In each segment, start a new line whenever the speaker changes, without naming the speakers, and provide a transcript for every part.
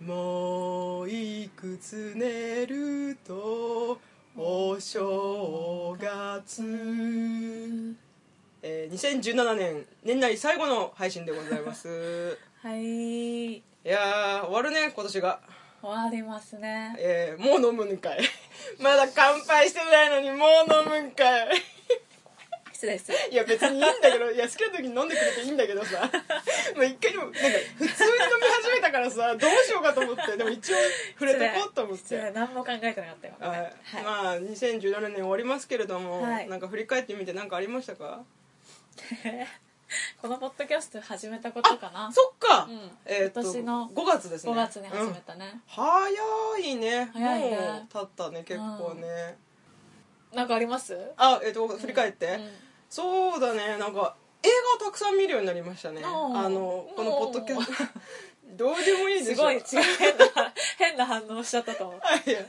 もういくつ寝るとお正月、えー、2017年年内最後の配信でございます
はい終
いやー終わるね今年が、
わりますね
えー、もう飲むんかい まだ乾杯してないのにもう飲むんかい
失礼失礼
いや別にいいんだけどいや好きな時に飲んでくれていいんだけどさ もう一回でもなんか普通に飲み始めたからさどうしようかと思ってでも一応触れとこうと思っ
失
て
礼何も考えてなかったよごめん
はい、まあ2017年終わりますけれども、
はい
なんか振り返ってみて何かありましたか
このポッドキャスト始めたことかな
そっか、
うん
えっと
今年の
5月ですね
5月に始
うん
めたね
早いね
早いね
もう経ったね結構ね、
なんかあります
あえっと振り返って、
うん
そうだねなんか映画をたくさん見るようになりましたね
おー
あのこのポッドキャスト どうでもいいですしょ
ごい違う変な変な反応しちゃったと思う
いや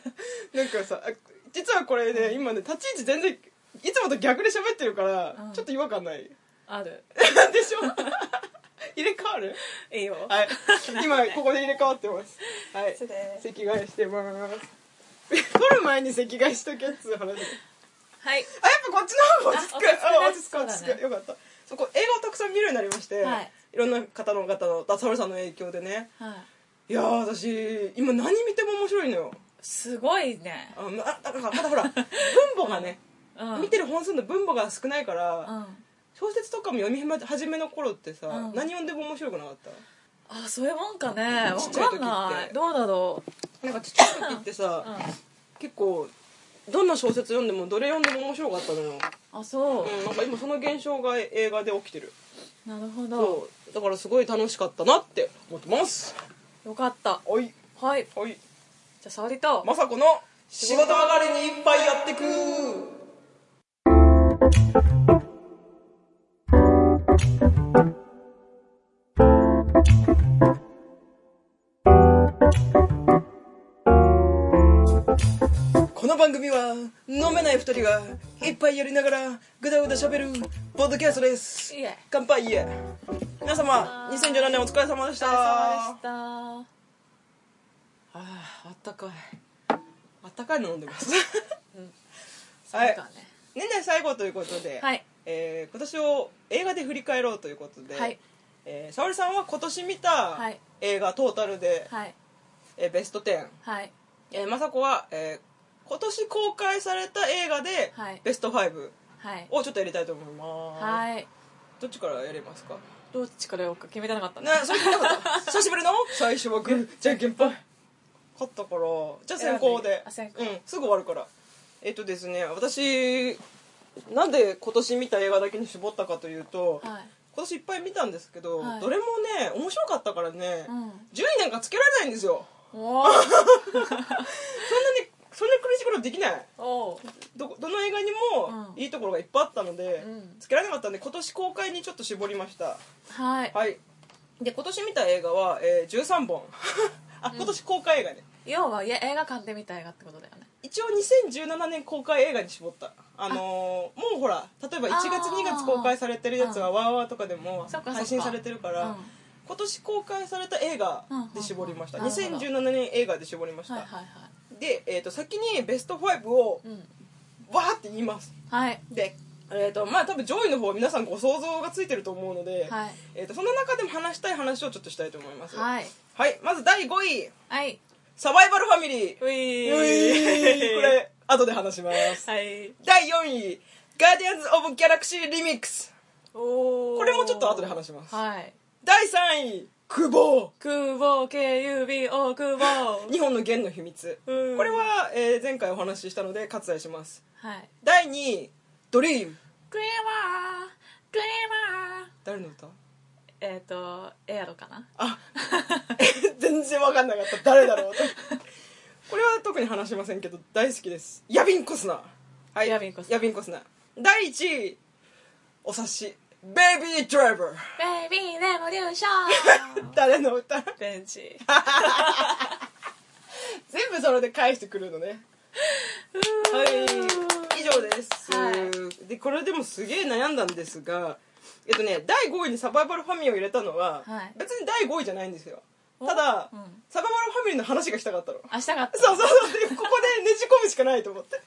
なんかさあ実はこれね今ね立ち位置全然いつもと逆で喋ってるから、
うん
ちょっと違和感ないで
ある
しょ入れ替わる
いいよ
はい今ここで入れ替わってますはい
失礼
席替えしてます取る前に席替えしとけっつう話あやっ
はい
ぱこっちの方が落ち着く
あ
あ
落
落
ち
ち着
着く
く
ね
落ち着く、
そうだね
よかったそこ映画をたくさん見るようになりまして、
はい、
ろんな方の方のダサルさんの影響でね
は
い
い
やー私今何見ても面白いのよ
すごいね
あまあだからただほら分母がね、
うん
見てる本数の分母が少ないから、
うん
小説とかも読み始めの頃ってさ、
うん
何読んでも面白くなかった
あそういうもんかねわ
ちっちゃい時
か
って
んないどうだろ う
なんかちっちゃい時ってさ、
うん
結構どんな小説読んでもどれ読んでも面白かったのよ、
あそ
う
う
ん、なんか今その現象が映画で起きてる
なるほど
そうだからすごい楽しかったなって思ってます
よかった
おい
はい
おい
じゃあ沙織と
まさこの仕事上がりにいっぱいやってくこの番組は飲めない二人がいっぱいやりながらぐだぐだしゃべるポッドキャストです
いえ
乾杯いえ皆様2017年お疲れ様でした
お疲れ様でした
あーあったかいあったかいの飲んでます
そう
はい
かね
年内最後ということで、
はい
えー今年を映画で振り返ろうということで、
はい
えー沙織さんは今年見
は
た
い
映画トータルで、
はい
えーベスト10、
はい
えー、雅子は、えー今年公開された映画で、
はい
ベスト5
はい
をちょっとやりたいと思います、
はい
どっちからやりますか
どっちからやろうか決めてなかったね
なそれ聞かなかった久しぶりの最初はグーじゃんけんぽい勝ったからじゃあ先行で
選んでいいあ先行
うん、すぐ終わるからえっとですね私なんで今年見た映画だけに絞ったかというと、
はい
今年いっぱい見たんですけど、
はい
どれもね面白かったからね、
うん
順位なんかつけられないんですよ
おー
そんなにそんな苦しいことできない
おー
どどの映画にも
うん
いいところがいっぱいあったので、
うん
つけられなかったんで今年公開にちょっと絞りました
はい
はいで今年見た映画は、えー、13本 あ今年公開映画ね、
要はいや映画館で見た映画ってことだよね
一応2017年公開映画に絞ったあのーもうほら例えば1月
あー
2月公開されてるやつは
う
ワーワーとかでも
そっかそっか
配信されてるから
うん
今年公開された映画で絞りました、
うんうんうん
2017年映画で絞りました、
はいはいは
で、えー、と先にベスト5を
いうん
わーって言います
はい
でえー、とまあ多分上位の方は皆さんご想像がついてると思うので、
はい
えー、とその中でも話したい話をちょっとしたいと思います
はい
はい、まず第5位
はい
サバイバルファミリー
うい
う
ー
いこれ後で話します
はい
第4位「ガーディアンズ・オブ・ギャラクシー・リミックス
お」ー
これもちょっと後で話します
はい
第3位「久保
久保 KUBO 久保」
日本の弦の秘密こ
うん
れは、えー前回お話ししたので割愛します
はい
第2位「ドリーム
クレバークレバー」
誰の歌
えっ、とエアロかな
あ 全然分かんなかった誰だろうとこれは特に話しませんけど大好きですヤビンコスナは
ヤビンコスナ
ヤビンコスナ第1位お察しベイビードライバー
ベイビーレボリュー ション
誰の歌
ベンチ
全部それで返してくるのねはい以上です、
は
でこれでもすげえ悩んだんですがえっとね第5位にサバイバルファミリーを入れたのは、
はい
別に第5位じゃないんですよ
お
ただ、
うん
サバイバルファミりの話がしたかったの
あしたかった
そうそうそうでここでねじ込むしかないと思 って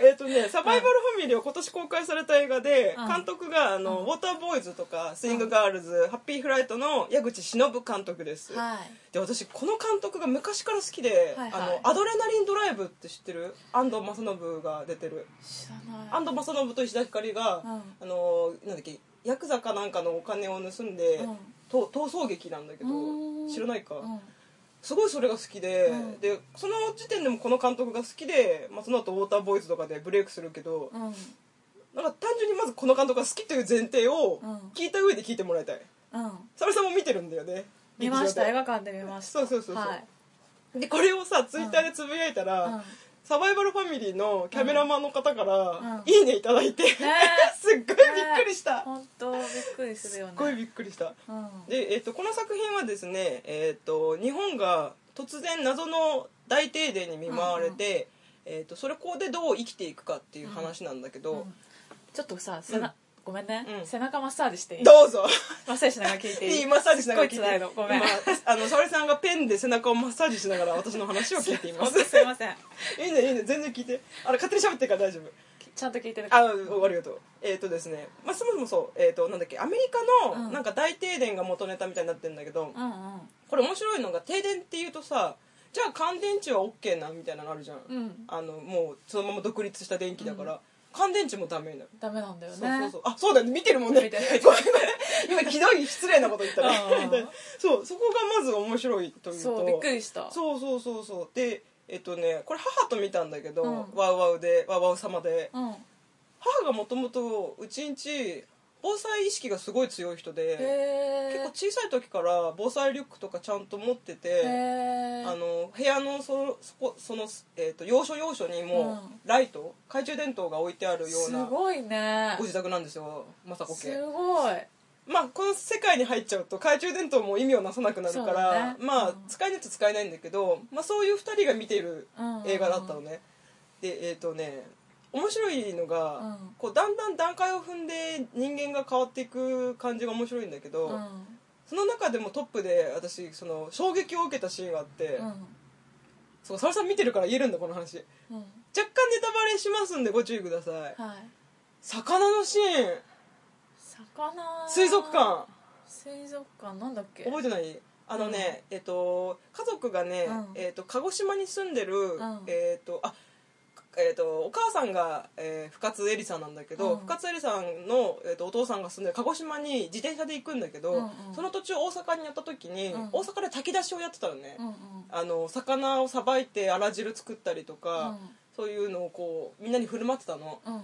えっとね「サバイバルファミリー」を今年公開された映画で、
うん
監督があの、
うん
ウォーターボーイズ」とか「スイングガールズ」ハッピーフライト」の矢口忍監督です、
はい
で私この監督が昔から好きで、
はいはい
あのアドレナリンドライブって知ってる安藤正信が出てる
知らない
安藤正信と石田ひかりが、
うん
あのなんだっけヤクザかなんかのお金を盗んで、
うん
と逃走劇なんだけど
うん
知らないか、
うん
すごいそれが好きで、
うん
でその時点でもこの監督が好きで、まあ、その後ウォーターボーイズ」とかでブレイクするけど、
うん
なんか単純にまずこの監督が好きという前提を
うん
聞いた上で聞いてもらいたい
うん
沙織さんも見てるんだよね
見ました
劇
映
場
画館で見ました
そうそうそうそう
はい
ででこれをさツイッターでつぶやいたら、
うん
サバイバルファミリーのキャメラマンの方から
うん
「いいね」いただいて、 すっ
ね
ごいびっくりした、
本当びっくりするよね
すっごいびっくりした
うん
で、えっとこの作品はですね、えっと日本が突然謎の大停電に見舞われて、えっとそれこでどう生きていくかっていう話なんだけど、
うんちょっとさ背な、ごめんね、
うん
背中マッサージしていい
どうぞ
マッサージしながら聞いていい
いいマッサージしながら聞いて
すっごい辛いのごめん
今あの沙織さんがペンで背中をマッサージしながら私の話を聞いていま
本
す
当すいません
いいねいいね全然聞いてあれ勝手に喋ってるから大丈夫
ちゃんと聞いてる
あありがとうえっ、とですね、まあ、そもそもそうえっ、となんだっけアメリカ
う
の
ん
なんか大停電が元ネタみたいになってるんだけど、
うんうん
これ面白いのが停電っていうとさじゃあ乾電池は OK なみたいなのあるじゃん、
うん
あのもうそのまま独立した電気だから、乾電池もダメになる、
ダメなんだよね
そうそうそうあそうだよね見てるもんね
見てる
ごめん ごめん今ひどい失礼なこと言ったね
うん
そうそこがまず面白いというと
そうびっくりした
そうそうそうそうでえっとねこれ母と見たんだけど、
うん
ワウワウでワウワウ様で
うん、へ
母がもともとうちんち防災意識がすごい強い人で結構
え
小さい時から防災リュックとかちゃんと持ってて、
へ
あの部屋のそそこその、えー、と要所要所にも
うん
ライト、懐中電灯が置いてあるよう
す
なご
ごいね
自宅なんですよ雅子
す
家
ごい
まあこの世界に入っちゃうと懐中電灯も意味をなさなくなるか
そうだ
ら、
ね
まあ
うん
使えないと使えないんだけど、まあ、そういう2人が見ている
うん
映画だったのね、でえっ、とね面白いのが、
うん
こうだんだん段階を踏んで人間が変わっていく感じが面白いんだけど、
うん
その中でもトップで私その衝撃を受けたシーンがあって、
うん
そうサラさん見てるから言えるんだこの話
うん
若干ネタバレしますんでご注意ください
はい
魚のシーン
魚
水族館
水族館なんだっけ
覚えてないあのね、えっと家族がね、
うん
えっと鹿児島に住んでる、
ん
えっとあえっとお母さんが、えー深津絵里さんなんだけど、
うん
深津絵里さんの、えっとお父さんが住んでる鹿児島に自転車で行くんだけど、
うんうん
その途中大阪にやった時に、
うん
大阪で炊き出しをやってたのね、
うんうん
あの魚をさばいてあら汁作ったりとか、
うん
そういうのをこうみんなに振る舞ってたの
うん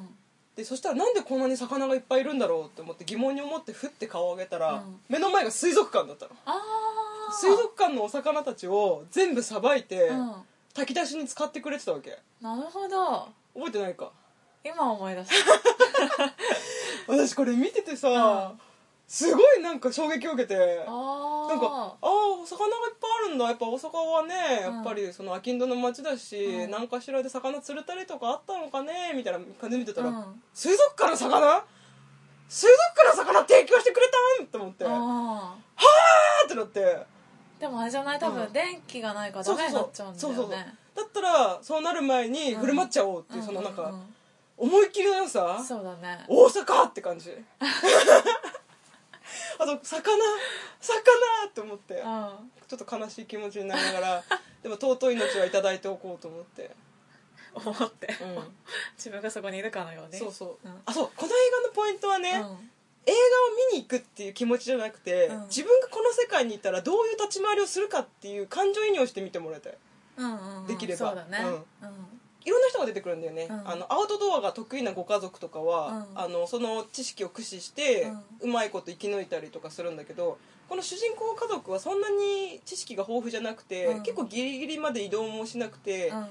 でそしたらなんでこんなに魚がいっぱいいるんだろうって思って疑問に思ってふって顔を上げたら、
うん
目の前が水族館だったの
ああ
水族館のお魚たちを全部さばいて、
うん
炊き出しに使ってくれてたわけ
なるほど
覚えてないか
今思い出 した
私これ見ててさ、
うん
すごいなんか衝撃を受けて
あ
なんかああお魚がいっぱいあるんだやっぱ大阪はね
うん
やっぱりそのあきんどの町だし、
うん
何かしらで魚釣れたりとかあったのかねみたいな感じで見てたら、
うん
水族館の魚水族館の魚提供してくれたんと思ってあー
あ
ってなって
ーでもあれじゃない多
う
分
ん
電気がないからダメになっちゃうんだ
そうそう
よ
そう
ね
だったらそうなる前に振る舞っちゃおうっていう、そのなん
う
か
んうん
思いっきりの良さ
うんそうだね
大阪って感じ あと魚魚って思って
うん
ちょっと悲しい気持ちになりなが らでも尊い命はいただいておこうと思って、
思って
うん
自分がそこにいるかのように
そうそう、
うん
あそうこの映画のポイントはね、映
う
画を
ん
見に行くっていう気持ちじゃなくて、
うん
自分がこの世界にいたらどういう立ち回りをするかっていう感情移入をして見てもらいたい
うんうん
できれば
そうだねうん
いろんな人が出てくるんだよね、
うん
あのアウトドアが得意なご家族とかは、
うん
あのその知識を駆使して、う
う
まいこと生き抜いたりとかするんだけどこの主人公家族はそんなに知識が豊富じゃなくて、
うん
結構ギリギリまで移動もしなくて、
うん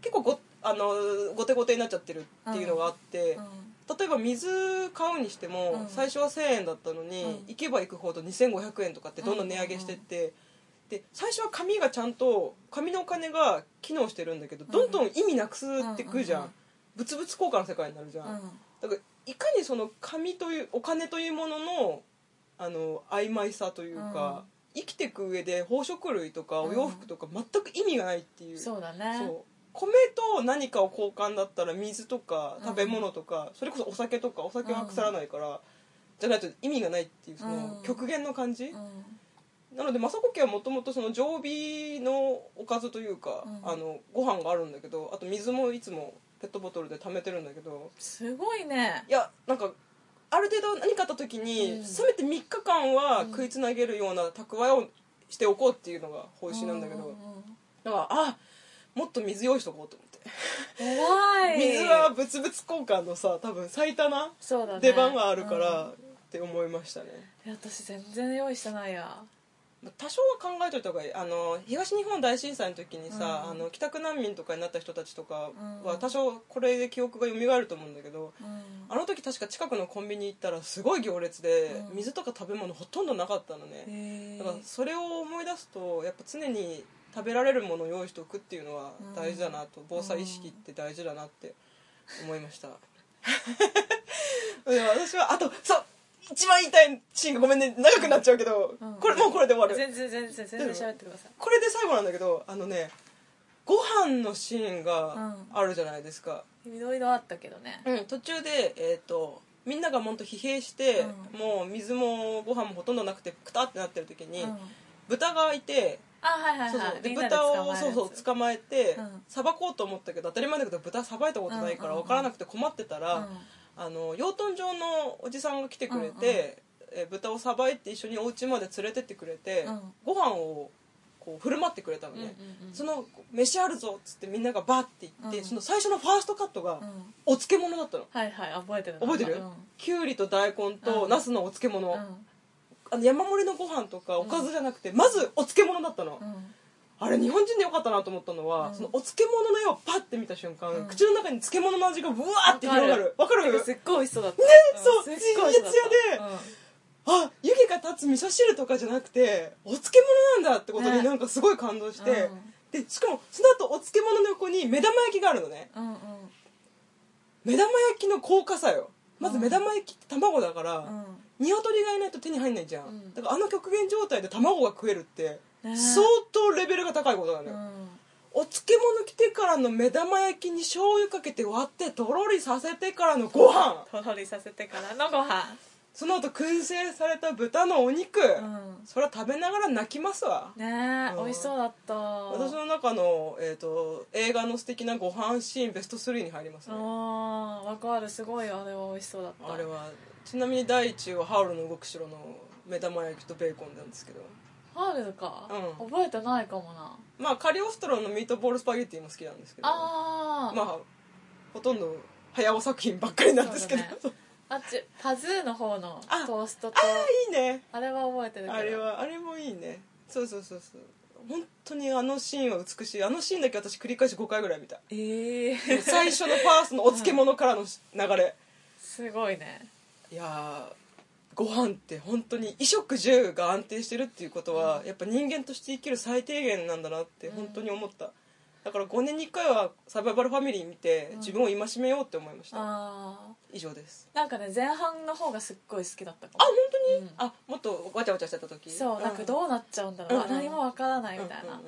結構ごあのごてごてになっちゃってるっていうのがあって、
うん
例えば水買うにしても、
うん
最初は1000円だったのに、
うん
行けば行くほど2500円とかってどんどん値上げしてって、で最初は紙がちゃんと紙のお金が機能してるんだけどどんどん意味なくすってくじゃん、
うんうんうん
物々交換の世界になるじゃん、
うん
だからいかにその紙というお金というもののあの曖昧さというか、生きていく上で宝飾類とかお洋服とか全く意味がないっていう,、
そうだね
そう米と何かを交換だったら水とか食べ物とか、それこそお酒とかお酒は腐らないから、じゃないと意味がないっていうその
うん
極限の感じ、
うん
なので政子家はもともとその常備のおかずというか、
うん
あのご飯があるんだけどあと水もいつもペットボトルで溜めてるんだけど
すごいね
いやなんかある程度何かあった時に、
うん
せめて3日間は食いつなげるような蓄えをしておこうっていうのが方針なんだけど、
ううんうん
だからあもっと水用意しとこうと思って、
偉い
水は物々交換のさ多分最多な
そうだね
出番があるか
うん
らって思いましたね、
いや私全然用意してないや
まあ多少は考えといた方がいいあの東日本大震災の時にさ、
うん
あの帰宅難民とかになった人たちとか
う
は
ん
多少これで記憶が蘇ると思うんだけど
うん
あの時確か近くのコンビニ行ったらすごい行列で
うん
水とか食べ物ほとんどなかったのね、
へ
だからそれを思い出すとやっぱ常に食べられるものを用意しておくっていうのは大事だなと、防災意識って大事だなって思いました、でも私はあとそう一番言いたいシーンがごめんね長くなっちゃうけど、
うん
これもうこれで終わる
全然全然全然喋ってください
これで最後なんだけどあのねご飯のシーンがあるじゃないですか、
いろいろあったけどね
うん途中で、えー、とみんながもっと疲弊して、
う
もう水もご飯もほとんどなくてくたってなってる時に、
うん
豚がいて、
あはいはい
そう
は
そ
いう
で
みんなで
豚
捕
を
まえる
そう
やつ
そう捕まえて
うん
さば、こうと思ったけど当たり前だけど豚さばいたことないか
うん
ら
うんうん
分からなくて困ってたら、
うん
あの養豚場のおじさんが来てくれて、えー豚をさばいて一緒にお家まで連れてってくれて、
うん
ご飯をこう振る舞ってくれたのね、
うんうんうん
その「飯あるぞ」っつってみんながバッて言って、
うん
その最初のファーストカットが
うん
お漬物だったの、
はいはい覚えてる
覚えてる、
うん
きゅうりと大根
う
と
ん
ナスのお漬物、
うん
あの山盛りのご飯とかおかずじゃなくて、まずお漬物だったの、
うん
あれ日本人でよかったなと思ったのは、
うん
そのお漬物の絵をパッて見た瞬間、
うん
口の中に漬物の味がうわーって広がるわかる
なんすっごい美味しそうだった
ねそう
すっごい美味し
ツヤツヤで
そうだった
あ湯気が立つ味噌汁とかじゃなくてお漬物なんだってこと
ね
になんかすごい感動して、でしかもその後お漬物の横に目玉焼きがあるのね
うんうんうん
目玉焼きの高価さよまず目玉焼きって卵だから、
うん
鶏がいないと手に入んないじゃん、
うん
だからあの極限状態で卵が食えるって
ねえ
相当レベルが高いことなのよ、
うん
お漬物来てからの目玉焼きに醤油かけて割ってとろりさせてからのご飯
とろりさせてからのご飯
その後燻製された豚のお肉、
うん
それは食べながら泣きますわ
ねえ
うん
美味しそうだった
私の中の、えー、と映画の素敵なご飯シーンベスト3に入りますね
あーわかるすごいあれは美味しそうだった
あれはちなみに第1位は「ハウルの動く城」の目玉焼きとベーコンなんですけど
ハールか、
うん
覚えてないかもな
まあカリオストロのミートボールスパゲッティも好きなんですけど
あー、
まあほとんど早尾作品ばっかりなんですけど、
そうあっちパズーの方の
あ
トーストと
あ あいいね
あれは覚えてるけど
あれはあれもいいねそうそうそうそう本当にあのシーンは美しいあのシーンだけ私繰り返し5回ぐらい見た
ええ
最初のファーストのお漬物からの流れ、
すごいね
いやーご飯って本当に衣食住が安定してるっていうことは、やっぱ人間として生きる最低限なんだなって本当に思った、だから5年に1回はサバイバルファミリー見て自分を戒めようって思いました、
あ
以上です
ーなんかね前半の方がすっごい好きだったか
あ
も
本当に、
うん
あもっとわちゃわちゃしてた時
そうなんかどうなっちゃうんだろう、
うんうん
何もわからないみたい
うんうん
な
うん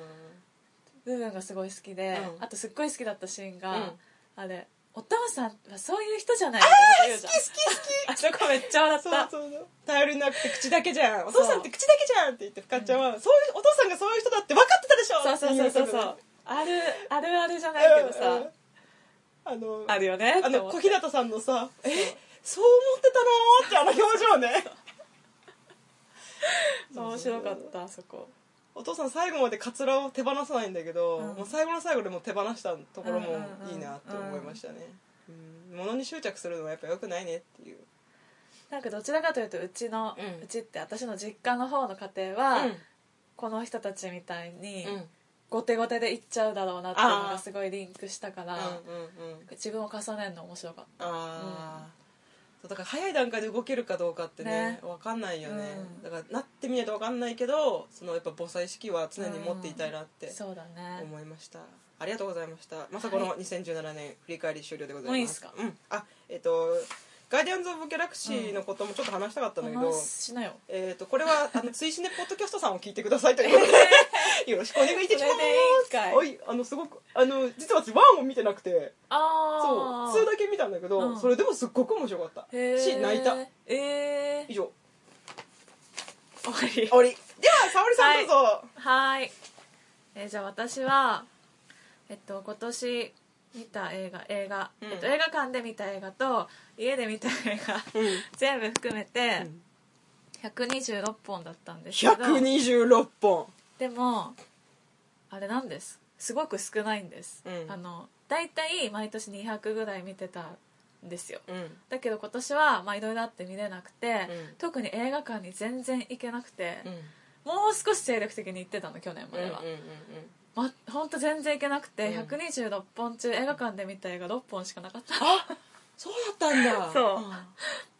部分がすごい好きで、
うん
あとすっごい好きだったシーンが、
うん
あれお父さんはそういう人じゃないみたいなこと言うじゃん好き好き好きあそこめっちゃ笑った
そうそうそう頼りなくて口だけじゃんお父さんって口だけじゃんって言ってふかっちゃんは、そういうお父さんがそういう人だって分かってたでしょ
そうそうそうそう
って
そ
言
う
う
あるあるあるじゃない
け
けど
ど
さ、
うんうんあの
あるよね
あ
って
の
思っ
小
て
日向さんのさ「えそう思ってたの?」ってあの表情ね
面白かったあそこ
お父さん最後までカツラを手放さないんだけど、
うん
もう最後の最後でもう手放したところもいいなって
うんうんうん
思いましたね、うん、物に執着するのはやっぱ良くないねっていう
なんかどちらかというとうちの、
う
うんちって私の実家の方の家庭は、
うん
この人たちみたいに
うん
後手後手でいっちゃうだろうなっていうのがすごいリンクしたから、
うんうんうん
自分を重ねるの面白かっ
ああ、そうだから早い段階で動けるかどうかってね
ね
分かんないよね、
うん
だからなってみないと分かんないけどそのやっぱ防災意識は常に持っていたいなったて
そうだね
思いました、ありがとうございましたまさこの2017年振り返り終了でございます
もういいですか
うんあえっ、とガイディアンズ・オブ・ギャラクシーのこともちょっと話したかったんだけど、
話しなよ
えー、とこれ はあの追伸でポッドキャストさんを聞いてくださいということでよろしくお願いいたしま
それでいいん
す
かい
はいあのすごくあの実は私ワンを見てなくて
ああ
そう2だけ見たんだけど、
うん
それでもすっごく面白かったし泣いた
え
以
ー、
上
終わり
終わりでは沙織さんどうぞ、
はーい、えーじゃあ私は、えっと、今年見た映画映画、
うん
えっと、映画館で見た映画と家で見た映画
うん
全部含めて
うん
126本だったんですけど
126本
でもあれなんですすごく少ないんです、
うん
あの大体毎年200ぐらい見てたんですよ
うん
だけど今年はまあいろいろあって見れなく
う
て、
ん
特に映画館に全然行けなくて、
うん
もう少し精力的に行ってたの去年ま
うん
で
うん
は、ま、ほんと全然行けなくて、
うん
126本中映画館で見た映画6本しかなか った
あそうだったんだ
そ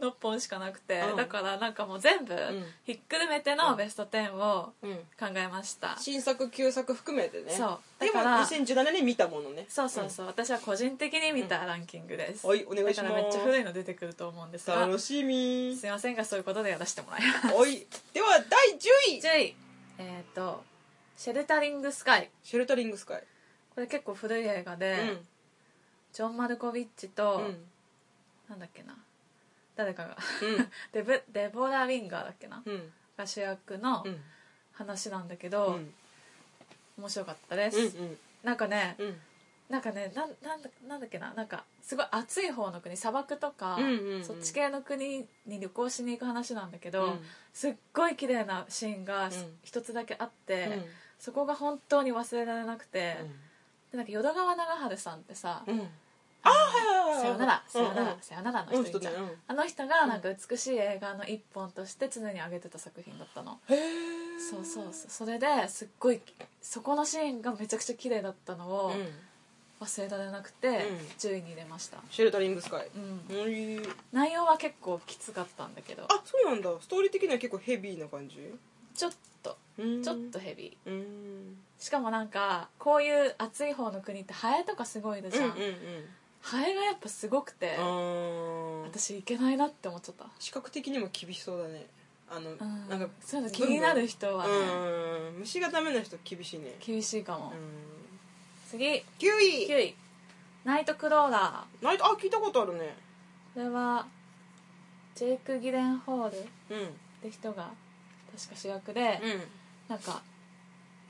う6本しかなくて、
うん
だからなんかもう全部
ん
ひっくるめてのベスト10を
うん、うん、
考えました、
新作旧作含めてね
そう
で
だ
も
から
2017年見たものね
そうそうそう、私は個人的に見たランキングです、
うんはいお願いします
だからめっちゃ古いの出てくると思うんですが
楽しみ
すいませんがそういうことでやらせてもらいます
おいでは第10位
10位えっ、と「シェルタリング・スカイ
シェルタリングスカイ」
これ結構古い映画で、ジョン・マルコビッチと、
うん
なんだっけな誰かが
うん
デブデボラ・ウィンガーだっけな、
うん
が主役の
うん
話なんだけ
う
ど、
ん
面白かったです、
うん
なんかね
うん
なんかねなんなんだなんだっけななんかすごい暑い方の国砂漠とか、
うんうんうん
そっち系の国に旅行しに行く話なんだけど、
うん
すっごい綺麗なシーンがす
うん
一つだけあっ
う
て、
ん
そこが本当に忘れられなくて、でなんか淀川長春さんってさ
うんうんああはいはいはい
さよなら、さよな
うんう
ら
ん、
さよならの人いるじゃん、
うん人ねうん
あの人がなんか美しい映画の一本として常に上げてた作品だったの、
へえ
そうそうそうそれですっごいそこのシーンがめちゃくちゃ綺麗だったのを
うん
忘れられなくて、10位に入れました、
シェルタリングスカイ
うん、
うん
内容は結構きつかったんだけど
あそうなんだストーリー的には結構ヘビーな感じ
ちょっと
うん
ちょっとヘビー、
うん
しかもなんかこういう暑い方の国ってハエとかすごいでじ
うん
ゃ、
うんんうん
ハエがやっぱすごくて、
あー
私いけないなって思っちゃった、
視覚的にも厳しそうだねあの
うん、
なんか
そういうの気になる人はね、
うん虫がダメな人厳しいね
厳しいかも、
うん
次
9位
9位ナイトクローラー
ナイトあ聞いたことあるね
これはジェイク・ギレンホールっ
うん
て人が確か主役で、
うん
なんか、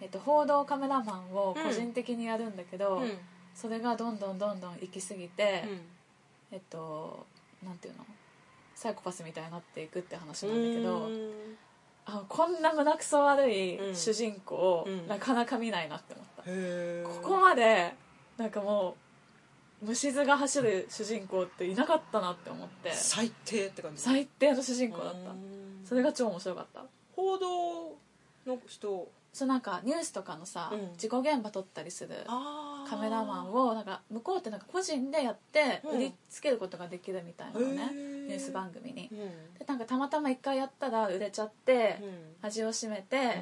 えっと、報道カメラマンを個人的にやるんだけど、
うん
それがどんどんどんどん行き過ぎて、えっとなんていうのサイコパスみたいになっていくって話なんだけど、
うん
あこんな胸くそ悪い
うん
主人公を
うん
なかなか見ないなって思った、
へえ
ここまでなんかもう虫唾が走る主人公っていなかったなって思って
最低って感じ
最低の主人公だった
うん
それが超面白かった
報道の人
そうなんかニュースとかのさ、
うん
事故現場撮ったりする
あ
カメラマン
を
をなんか向こうってなんか個人でやって
うん
売りつけることができるみたいなのね、
へー
ニュース番組に
うん
でなんかたまたま一回やったら売れちゃって、
うん
味を占めて、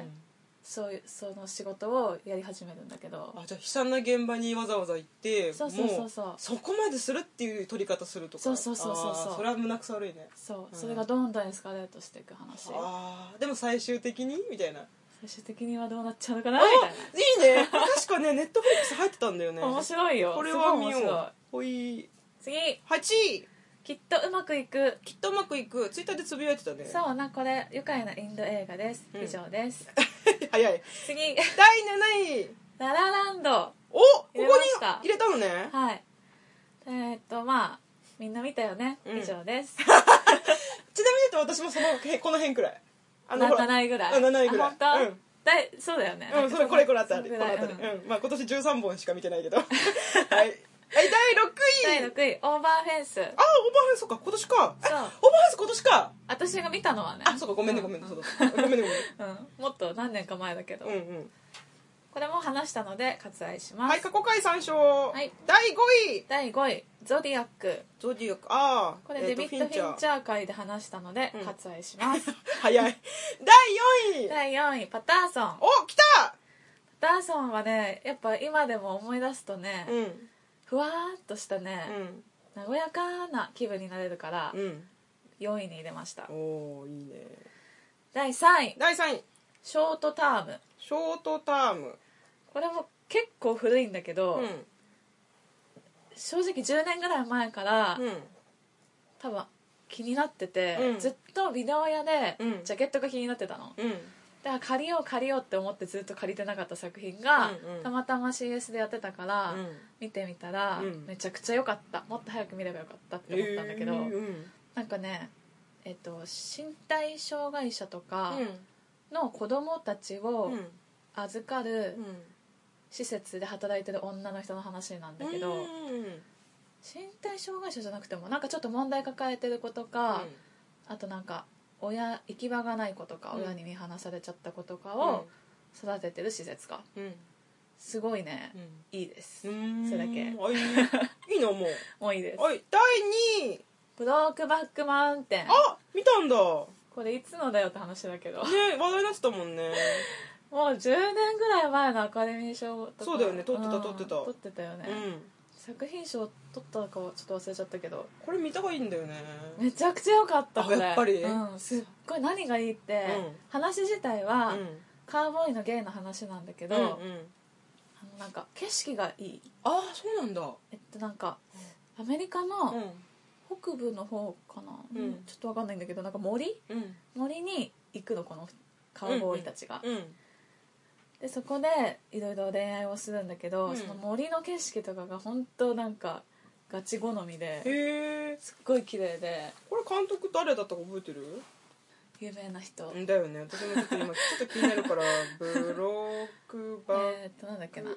そういうその仕事をやり始めるんだけど
あじゃあ悲惨な現場にわざわざ行って
そうそうそうそう
もそこまでするっていう取り方するとか
そうそうそうそうそ
あ
う
ーそれは胸くそ悪いね
そううんそれがどんどんエスカレートしていく話
あーでも最終的にみたいない
最終的にはどうなっちゃうのかなみたい
いね 確かねネットフリックス入ってたんだよね
な面白いよ
これ
す
は
ごい
見
面
よ
白いう
ほい
次
8位
きっとうまくいく
きっとうまくいくツイッターでつぶやいてたね
そうなこれ愉快なインド映画です、
うん
以上です
早い
次
第7位
ララランド
おここに
入れました
入れたのね
はいえーっとまあみんな見たよね、
うん
以上です
ちなみに言うと私もそのへこの辺くらい あ
な
ほら
7位ぐらい
うん7位ぐらい
あ本当、
うん
だいそうだよね、
うん、それこれこれあたり
そ
この
んぐらい
あたり、
うん
うんまあ、今年13本しか見てない けどはい、はい、第6位
第6位オーバーフェンス
あオーバーハンスそうか今年かえオー
そう
バーハンス今年か
私が見たのはね
あそうかごめんねごめんねそうだごめん ねごめんね
うん、もっと何年か前だけど、
うんうん
これも話したので割愛します、
はい過去回参照、
はい
第5位
第5位「ゾディアック
ゾディアックああ」
これデビッド・フィンチャー会で話したので
うん
割愛します、
早い第4位
第4位パターソン
お来た
パターソンはねやっぱ今でも思い出すとね、
うん
ふわーっとした
う
ね、
ん
和やかな気分になれるから
うん
4位に入れました
おおいいね
第3位
第3位
ショートターム
ショートターム
これも結構古いんだけど、
うん
正直10年ぐらい前から、
うん
多分気になってて、
うん
ずっとビデオ屋で
うん
ジャケットが気になってたの、
うん
だから借りよう借りようって思ってずっと借りてなかった作品
う
が、
んうん
たまたま CS でやってたから、
うん
見てみたら、
うん
めちゃくちゃ良かったもっと早く見ればよかったって思ったんだけど、
えーうん
なんかねえっと、身体障害者とか
うん
の子供たちを
うん
預か
う
る
ん
施設で働いてる女の人の話なんだけど、
うん
身体障害者じゃなくてもなんかちょっと問題抱えてる子とか、あとなんか親行き場がない子とか、
うん
親に見放されちゃった子とかを育ててる施設か
うんうん
すごいね、
う
いいです、
ん
それだけ
うんあいいいいなもう
もういいです
はい第2位
ブロークバックマウンテン
あ見たんだね
これいつのだよって話だけど
話題になってたもんね
もう10年ぐらい前のアカデミー賞とか
そうだよね取ってた
うん
取ってた
取ってたよね、
うん
作品賞取ったかはちょっと忘れちゃったけど
これ見た方がいいんだよね
めちゃくちゃ良かった
あ
これ
やっぱり
うん、すっごい何がいいって、
うん
話自体
う
は、
ん
カーボーイのゲイの話なんだけど、
うんうん
あのなんか景色がいい
ああそうなんだ
えっとなんかアメリカの
う
北部の方かな、
うん
ちょっとわかんないんだけどなんか森
んうん
森に行くのこのカウボーイたちが、
うん
でそこでいろいろ恋愛をするんだけど、
うん
その森の景色とかが本当なんかガチ好みで
へえ
すっごい綺麗で
これ監督誰だったか覚えてる
有名な人、
んだよね私もちょっと今ちょっと気になる からブロックバック
えーっとなんだっけな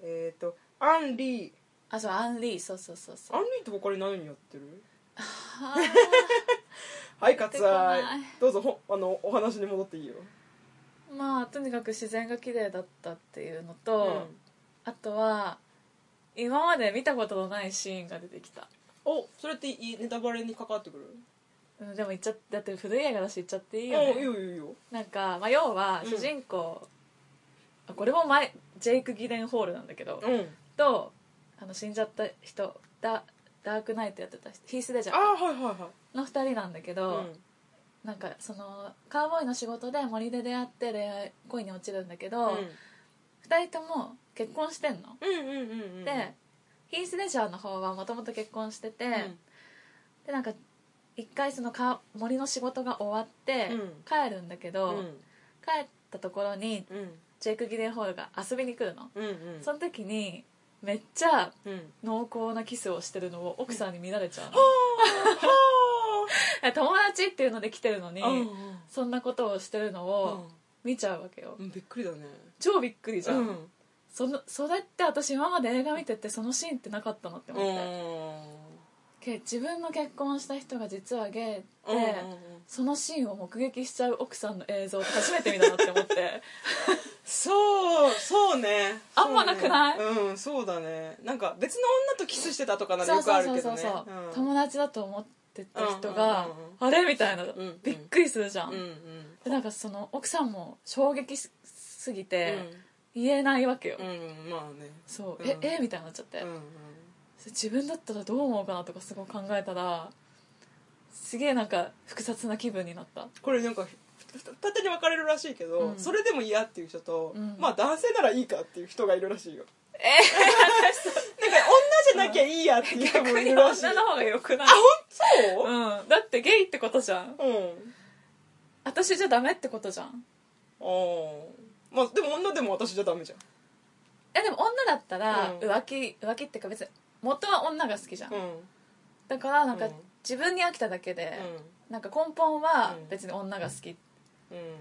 えっ、ー、とアンリー
あそうアンリーそうそうそうそ
ア
う
ンリーって他に何やってる
あ
はい割愛
出てこない
どうぞほあのお話に戻っていいよ
ーまあとにかく自然が綺麗だったっていうの
う
と、
ん
あとは今まで見たことのないシーンが出てきた、
おそれっていいネタバレに関わってくる
うん、でも言っちゃだって古い映画だし言っちゃってい
い
いよね
いいよいいよいいよ
なんか、まあ、要は
うん
主人公、あこれも前ジェイク・ギレンホールなんだけど、
うん
とあの死んじゃった人ダダークナイトやってた人ヒース・レジャ
あ
ー
あはいはいはい
の2人なんだけ
う
ど、
ん
なんかそのカウボーイの仕事で森で出会って恋愛恋に落ちるんだけ
う
ど、
ん
二2人とも結婚してんの。
うんうんうんうん
でヒース・レジャーの方はもともと結婚してて、でなんか一回そのか森の仕事が終わって
うん
帰るんだけ
う
ど、
んうん
帰ったところに
うん
ジェイク・ギレンホールが遊びに来るの、
うんうん
その時にめっちゃ
うん
濃厚なキスをしてるのを奥さんに見られちゃうの、
は
友達っていうので来てるのに、
あうん
そんなことをしてるのを見ちゃうわけよ、
うんびっくりだね
超びっくりじゃん、
うん
そのそれって私今まで映画見ててそのシーンってなかったのって思って、け自分の結婚した人が実はゲイって、
うんうん
そのシーンを目撃しちゃう奥さんの映像って初めて見たなって思って
そうそうね
あんまなくない
そうねうんそうだねなんか別の女とキスしてたとかなら
そ
よ
う
くあ
そう
る
そう
け
そ
ど
う
ね
そう、友達だと思ってた人が、
うんうんうんうん
あれみたいな、
ん
びっくりするじゃん、
うんうん
でなんかその奥さんも衝撃すすぎ
う
て言えないわけよ、
んうんうんまあね
そう、
うん
ええみたいになっちゃって、
うんうん
自分だったらどう思うかなとかすごい考えたらすげえなんか複雑な気分になった
これなんか二手に分かれるらしいけど、
うん
それでも嫌っていう人と、
うん
まあ男性ならいいかっていう人がいるらしいよえ なんか女じゃなきゃいいやっていう人もいるらしい
女の方がよくない
そう
うん、だってゲイってことじゃん
うん
私じゃダメってことじゃん
あーまあでも女でも私じゃダメじゃん
えでも女だったら
うん
浮気、浮気っていうか別に元は女が好きじゃん、
うん
だからなんか
うん
自分に飽きただけで、なんか根本は
うん
別に女が好き
うんうん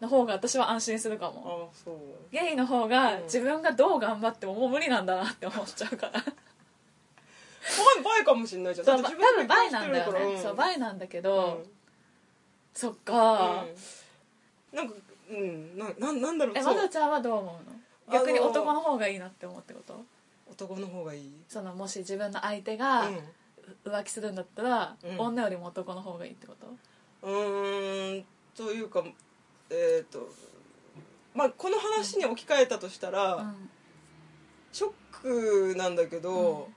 の方が私は安心するかも、
ああそう
ゲイの方が
うん
自分がどう頑張ってももう無理なんだなって思っちゃ うから
バイバイかもしんないじゃん
そう
だ
ば
って
多
自分
分
で
バイ
結婚
なん
してる
だよ
から
ね、そうバイなんだけど、そっ
うん
か、
うんなんかうんななんなんだろう
え
そ
ま
う
だちゃんはどう思うの
あの
逆に男の方がいいなって思うってこと
男の方がいい
そのもし自分の相手
う
が
ん
浮気するんだったら、
うん
女よりも男の方がいいってこと
うーんというかえっ、とまあこの話に置き換えたとしたら、
うん
ショックなんだけど、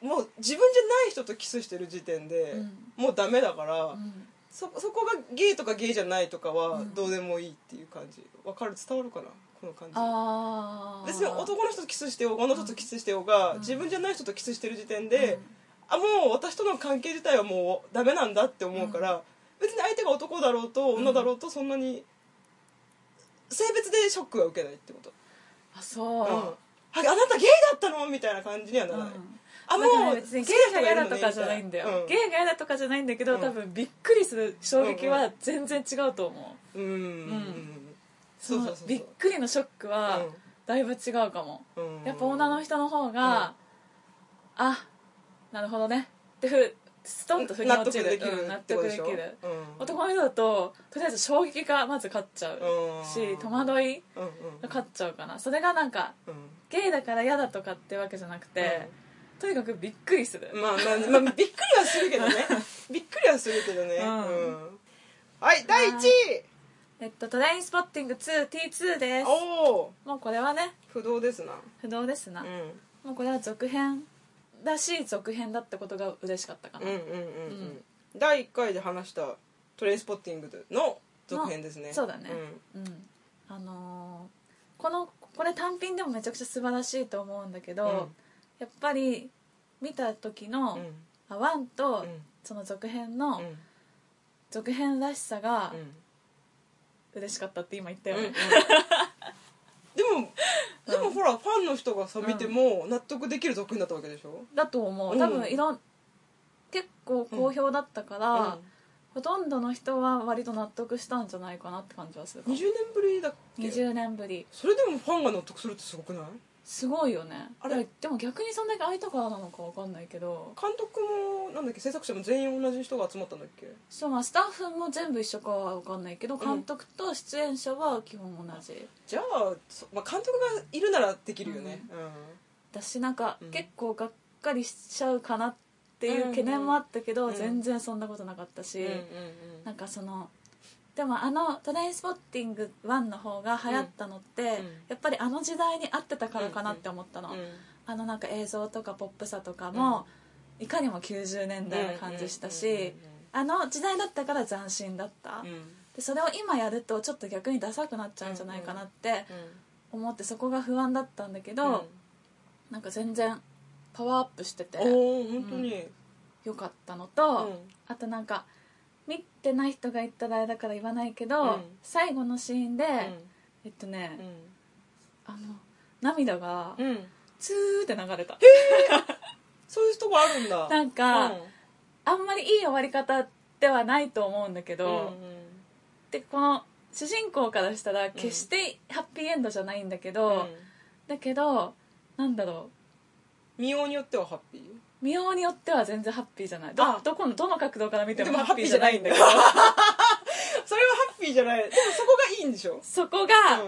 もう自分じゃない人とキスしてる時点で、
うん
もうダメだから、
うん
そそこがゲイとかゲイじゃないとかは
うん
どうでもいいっていう感じわかる伝わるかなこの感じ
ああ
別に男の人とキスしてようが女の人とキスしてようが、
うん
自分じゃない人とキスしてる時点で、あもう私との関係自体はもうダメなんだって思うから、別に相手が男だろうと女だろうとそんなに性別でショックは受けないってこと、
あ
うん
そう、
ああなたゲイだったのみたいな感じにはならない、
うん
あ
だから
もう
別に
好き
ゲ
な
イ
人が
が嫌
るの
だ
ね
とかじゃないんだよ、
うん
ゲイが嫌だとかじゃないんだけど、
うん
多分びっくりする衝撃は全然違うと思う、
うん、そうそうそうそう
びっくりのショックはだいぶ違うかも、
うんうん
やっぱ女の人の方が、あなるほどねってふストンと腑に
納
落
得
ちる
できる
うん
っ
納
てこと
得で
で
き
しょ、
る
うん、
男の人だととりあえず衝撃がまず勝っちゃうし戸惑い
うんうん
が勝っちゃうかなそれがなんかゲイだから嫌だとかってわけじゃなくて、とにかくびっくりする、
うんまあまあ、まあ、びっくりはするけ どねびっくりはするけどね、
うん
うんはい第1位
えっと、トレインスポッティング 2T2 です
おお
もうこれはね
不動ですな
不動ですな、
うん
もうこれは続編だし続編だったことが嬉しかったか
うんう
な、
んうん、う
うんん、
第1回で話した「トレインスポッティング」の続編ですね
のそうだねうんあのーこのこれ単品でもめちゃくちゃ素晴らしいと思うんだけど、
うん
やっぱり見た時
うん
の
うん
「あワンと
うん
その続編
う
の
ん
続編らしさが
うん
嬉しかったって今言ったよ
うんうん
ね、
でもでもほらファンの人がさ見ても納得できる続編だったわけでしょ
だと思
う
うん多分いろん結構好評だったから、
う
ほとんどの人は割と納得したんじゃないかなって感じはするか
ん
も
20年ぶりだっけ
20年ぶり
それでもファンが納得するってすごくない
すごいよね
あれ
でも逆にそんだけ空いたからなのかわかんないけど
監督もなんだっけ制作者も全員同じ人が集まったんだっけ
そうまあスタッフも全部一緒かはわかんないけど
ん
監督と出演者は基本同じ、
じゃあ、そまあ、監督がいるならできるよね
だしなんか
うん
結構がっかりしちゃうかなっていう懸念もあったけど、
うんうん
全然そんなことなかったし、
うんうん
なんかそのでもあの「トレインスポッティング1」の方が流行ったのって、
うん
やっぱりあの時代に合ってたからかなって思ったの、
うん
あのなんか映像とかポップさとかも、いかにも90年代な感じしたし、あの時代だったから斬新だった、
うんうん
でそれを今やるとちょっと逆にダサくなっちゃうんじゃないかなって思ってそこが不安だったんだけ
うん
ど、なんか全然パワーアップしてて
おお本当に
よかったの
う
と、
ん
あとなんか見てない人が言ったらあれだから言わないけど、
うん
最後のシーンで、えっとね、あの涙が
うんうん
ツーって流れた、
そういうとこあるんだ
なんか、あんまりいい終わり方ではないと思うんだけ
うん
ど、でこの主人公からしたら決してハッピーエンドじゃないんだけど、
うんうん
だけどなんだろ
見ようによってはハッピー
う見ようによっては全然ハッピーじゃない
あ
どどこのどの角度から見て
で
も
も
ハッピーじゃないん だけど
それはハッピーじゃないでもそこがいいんでしょ
そこが、うわ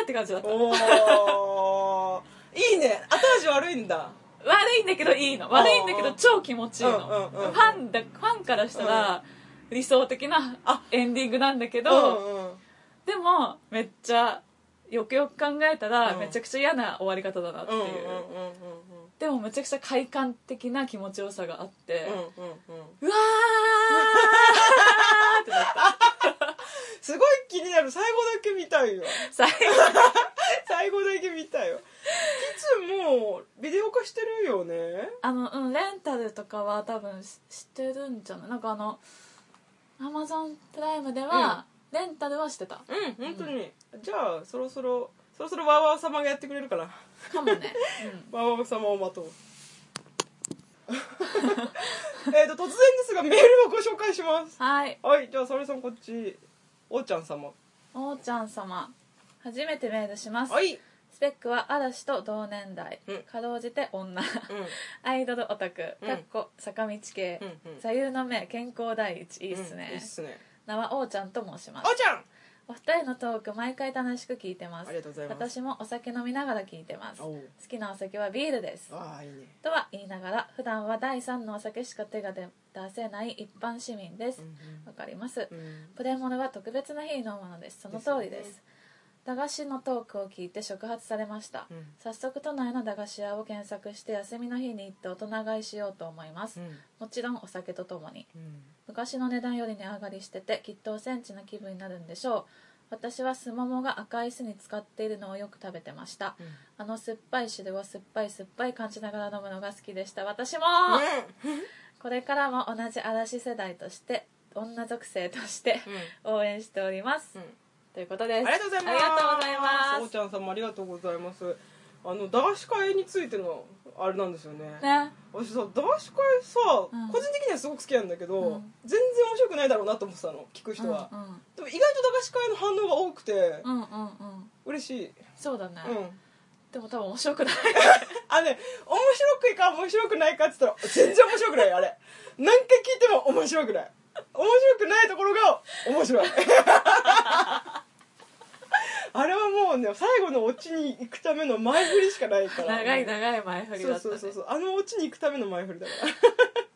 ーって感じだった
うんおおいいね後味悪いんだ
悪いんだけどいいの悪いんだけ
う
ど
ん
超気持ちいいの、
うんうんうん
ファンだファンからしたら、理想的な
あ
エンディングなんだけど、
うんうん
でもめっちゃよくよく考えたら、
うん
めちゃくちゃ嫌な終わり方だなっていう、でもめちゃくちゃ快感的な気持ちよさがあって、うわーってなった
すごい気になる最後だけ見たいよ
最後
最後だけ見たいよいつもビデオ化してるよね
あのうんレンタルとかは多分ししてるんじゃないなんかあのアマゾンプライムでは、レンタルはしてた
うん本当に、じゃあそろそろそろそろワーワー様がやってくれるかな
かも ね、
ワーワー様を待とうえと突然ですがメールをご紹介します
うん、はい
はいじゃあ沙織さんこっちおーちゃん様
おーちゃん様初めてメールします、
はい、
スペックは嵐と同年代、
うん
かろうじて女
うん、うん
アイドルオタク、
うん
かっこ坂道系、
うん
座右の銘健康第一いいっす
うんいい
ね
っ、すね
名はおーちゃんと申しま
おー
す
ちゃん
お二人のトーク毎回楽しく聞いてます
ありがとうございます
私もお酒飲みながら聞いてます
お
好
う
きなお酒はビールです
ああいいね
とは言いながら普段は第3のお酒しか手が出出せない一般市民ですわ、かります、
うん
プレモルは特別な日に飲むのですその通りです
です
駄菓子のトークを聞いて触発されました、
うん
早速都内の駄菓子屋を検索して休みの日に行って大人買いしようと思います、
うん
もちろんお酒とともに
うん
昔の値段より値上がりしててきっとおセンチな気分になるんでしょう私はすももが赤い酢に使っているのをよく食べてました、
うん
あの酸っぱい汁を酸っぱい酸っぱい感じながら飲むのが好きでした私も、これからも同じ嵐世代として女属性として応援しております、ということです
ありがとうございます
ありがとうございます
おちゃんさんもありがとうございますあの駄菓子会についてのあれなんですよね
ね
私さ駄菓子会さ、
うん
個人的にはすごく好きなんだけど、
うん
全然面白くないだろうなと思ってたの聞く人は、でも意外と駄菓子会の反応が多くて
うんうんうんうんうん
嬉しい、
そうだね、
うん
でも多分面白くない
あれ、ね、面白くいか面白くないかって言ったら全然面白くないあれ何回聞いても面白くない面白くないところが面白い あれはもうね最後のオチに行くための前振りしかないから
長い長い前振りだった、ね、
そうそうそうそうあのオチに行くための前振りだか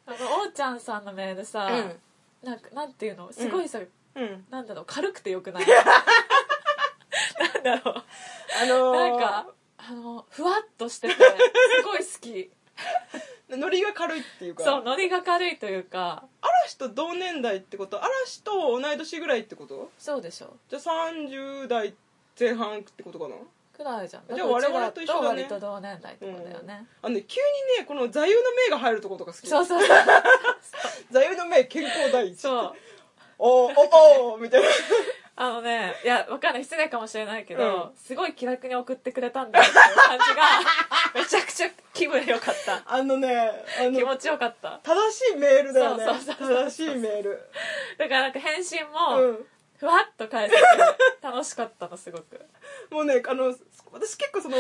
あのおーちゃんさんのメールさ、
ら
なんかなんていうのすごいさ、
うん、うん、
なんだろう軽くてよくないなんだろ
あの
う
ー、
なんかあのふわっとしててすごい好き
ノリが軽いっていうか
そうノリが軽いというか
嵐と同年代ってこと嵐と同い年ぐらいってこと
そうでしょ
じゃあ30代前半ってことかな
くらいじゃん
じゃあ我々と一緒だね
うちら割と同年代ってことだよね、
あのね急にねこの座右の銘が入るとことか好き
そうそう
座右の銘健康第一
そう
おーおーおーみたいな
あのねいやわかんない失礼かもしれないけど、
う
すごい気楽に送ってくれたんだよっていう感じ がめちゃくちゃ気分良かった
あのねあ
気
の
持ちよかった
正しいメールだよね
そうそうそうそう
正しいメール
だからなんか返信
う
も
ん
ふわっと返してて楽しかったのすごく
もうねあの私結構その、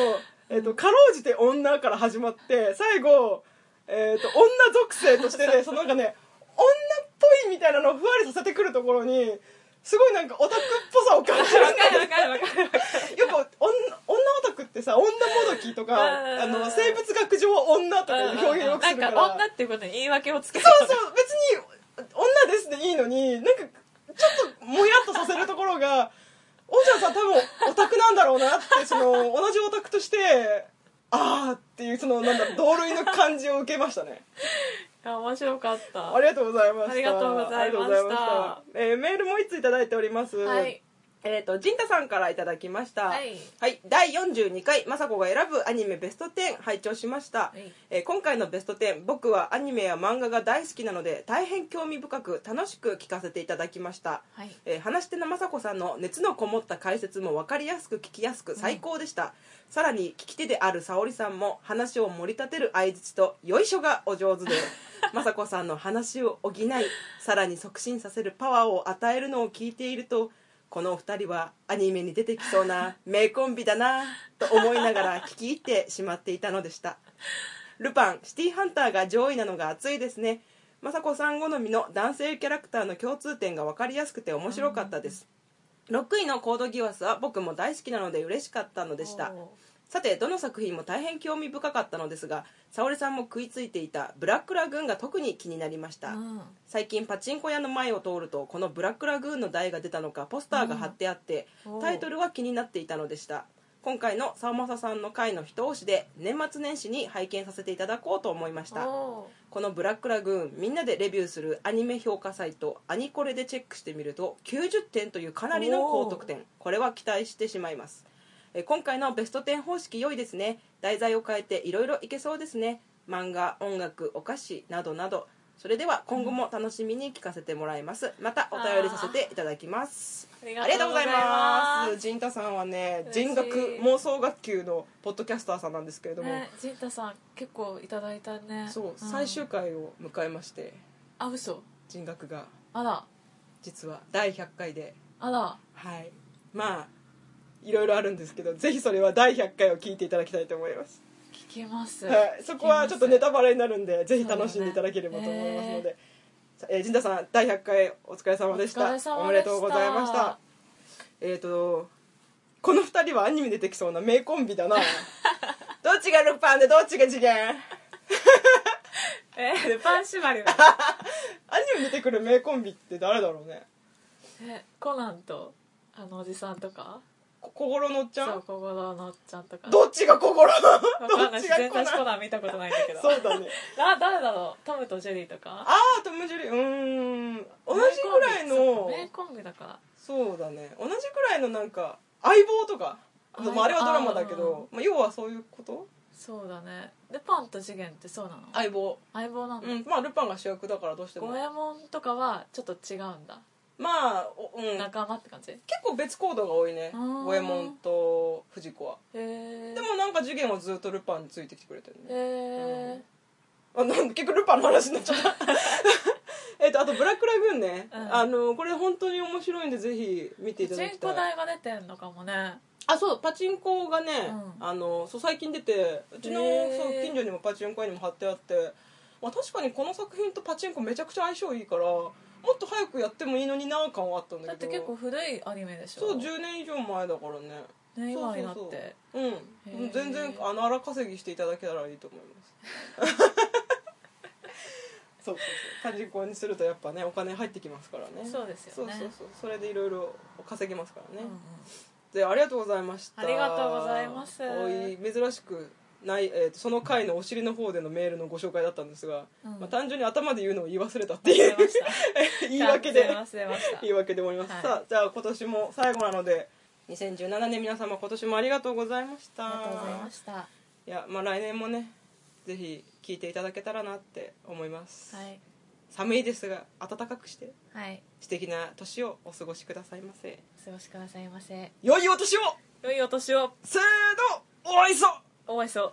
えっとかろうじて女から始まって最後、えっと女属性としてねそのなんかね女っぽいみたいなのをふわりさせてくるところにすごいなんかオタクっぽさを感じる
わ
ん
か
だよ
るわかるわかるわかる
やっぱ女女オタクってさ女もどきとか
うん
あの生物学上は女とかいう表現をよく
な
す
ん
るから
か女っていうことに言い訳をつけて
そうそう別に女ですでいいのになんかちょっともやっとさせるところがお嬢さん多分オタクなんだろうなってその同じオタクとしてああっていうそのなんだろう同類の感じを受けましたね
あ面白かった
ありがとうございました
ありがとうございました
ありがとうございましたえーメールもいついただいております
はい
えっ、と、ジンタさんからいただきました。
はい
第42回、まさこが選ぶアニメベスト10、拝聴しました。
い
えー今回のベスト10、僕はアニメや漫画が大好きなので、大変興味深く楽しく聞かせていただきました。
はい
えー話し手のまさこさんの熱のこもった解説も分かりやすく聞きやすく最高でした、さらに聞き手である沙織さんも話を盛り立てる相槌と「よいしょ」がお上 手でまさこさんの話を補いさらに促進させるパワーを与えるのを聞いているとこのお二人はアニメに出てきそうな名コンビだなと思いながら聞き入ってしまっていたのでしたルパン、シティーハンターが上位なのが熱いですね。雅子さん好みの男性キャラクターの共通点が分かりやすくて面白かったです。6位のコードギワスは僕も大好きなので嬉しかったのでした。
お
さて、どの作品も大変興味深かったのですが、沙織さんも食いついていたブラックラグーンが特に気になりまし
ー
た。
うん
最近パチンコ屋の前を通るとこのブラックラグーンの台が出たのかポスターが貼ってあって、
うん
タイトルは気になっていたのでした今回の沢正さんの回の一押しで年末年始に拝見させていただこうと思いました
お
このブラックラグーンみんなでレビューするアニメ評価サイトアニコレでチェックしてみると90点というかなりの高得点これは期待してしまいますえー今回のベスト10方式良いですね題材を変えていろいろいけそうですね漫画音楽お菓子などなどそれでは今後も楽しみに聞かせてもらいますまたお便りさせていただきます
あり
ありがとうございます
す
陣太さんはね
嬉しい
人学妄想学級のポッドキャスターさんなんですけれども、
ねジンタさん結構いただいたね
そう、
ん
最終回を迎えまして
あ嘘
人学が
あら
実は第100回で
あら
はいまあいろいろあるんですけどぜひそれは第100回を聞いていただきたいと思います、
聞きます
はい、そこはちょっとネ
聞き
タバレになるんでぜひ楽しんでいただければと思いますので、さえー、陣田さん第100回お疲れ様でした
お疲れ様でした
おめでとうございましたえっ、とこの2人はアニメに出てきそうな名コンビ だなどっちがルパンでどっちが次元
ますえルパン 縛りだ
アニメに出てくる名コンビって誰だろうね
えコナンとあのおじさんとか
こ小五郎のおっちゃ
そう、
ん
小五郎のおっちゃんとか。
どっちが小五郎
わ
ど
かんな
っ
い
ち
し、
が
全然
小五
コ
郎
ナン見たことないんだけど。
そうだね
あ、誰だろうトムとジェリーとか。
ああトム・ジェリーうーん同じくらいの
名コンビだから。
そうだね同じくらいのなんか相棒とかあ
相棒
まああれはドラマだけどまあ、要はそういうこと
そうだね。で、パンと次元ってそうなの
相棒
相棒なんだ。
うんまあルパンが主役だからどうしても
五右衛門とかはちょっと違うんだ。
まあおうん結
仲間って感じ。へ
構別行動が多いね
あー
五右衛門と藤子は
え。
でもなんか次元はずっとルパンについてきてくれてるね
へえ。
あなんか結局ルパンの話になっちゃった えっとあと「ブラックラグーンね」
うん
あのこれ本当に面白いんでぜひ見ていた
パ
だ
チ
き
ンコ
たい
台が出てんのかもね。
あそうパチンコがね、
うん
あのそう最近出てうちの
へー
そう近所にもパチンコ屋にも貼ってあって、まあ、確かにこの作品とパチンコめちゃくちゃ相性いいからもっと早くやってもいいのになー感はあったんだけど
だって結構古いアニメでしょ。
そう10年以上前だからね
ね、今になっ
そうそう
て。
そううん
ー
もう全然あの荒稼ぎしていただけたらいいと思います そうそうそうパチンコにするとやっぱねお金入ってきますからね
そうですよね
そうそうそうそれでいろいろ稼げますからね、
うんうん
でありがとうございました
ありがとうございます
おい珍しくない、えーとその回のお尻の方でのメールのご紹介だったんですが、
うん
まあ、単純に頭で言う のを言い忘れたって いう
忘れました
言い訳で
じゃあ忘れました。
言い訳で終わります、
はい
さあじゃあ今年も最後なので2017年皆様今年もありがとうございました
ありがとうございました。はい
やまあ来年もねぜひ聞いていただけたらなって思います、
い。
寒いですが暖かくして
はい。
素敵な年をお過ごしくださいませ
お過ごしくださいませ。
良いお年を
良いお年を。
せーのお会いそう
お会いしそう。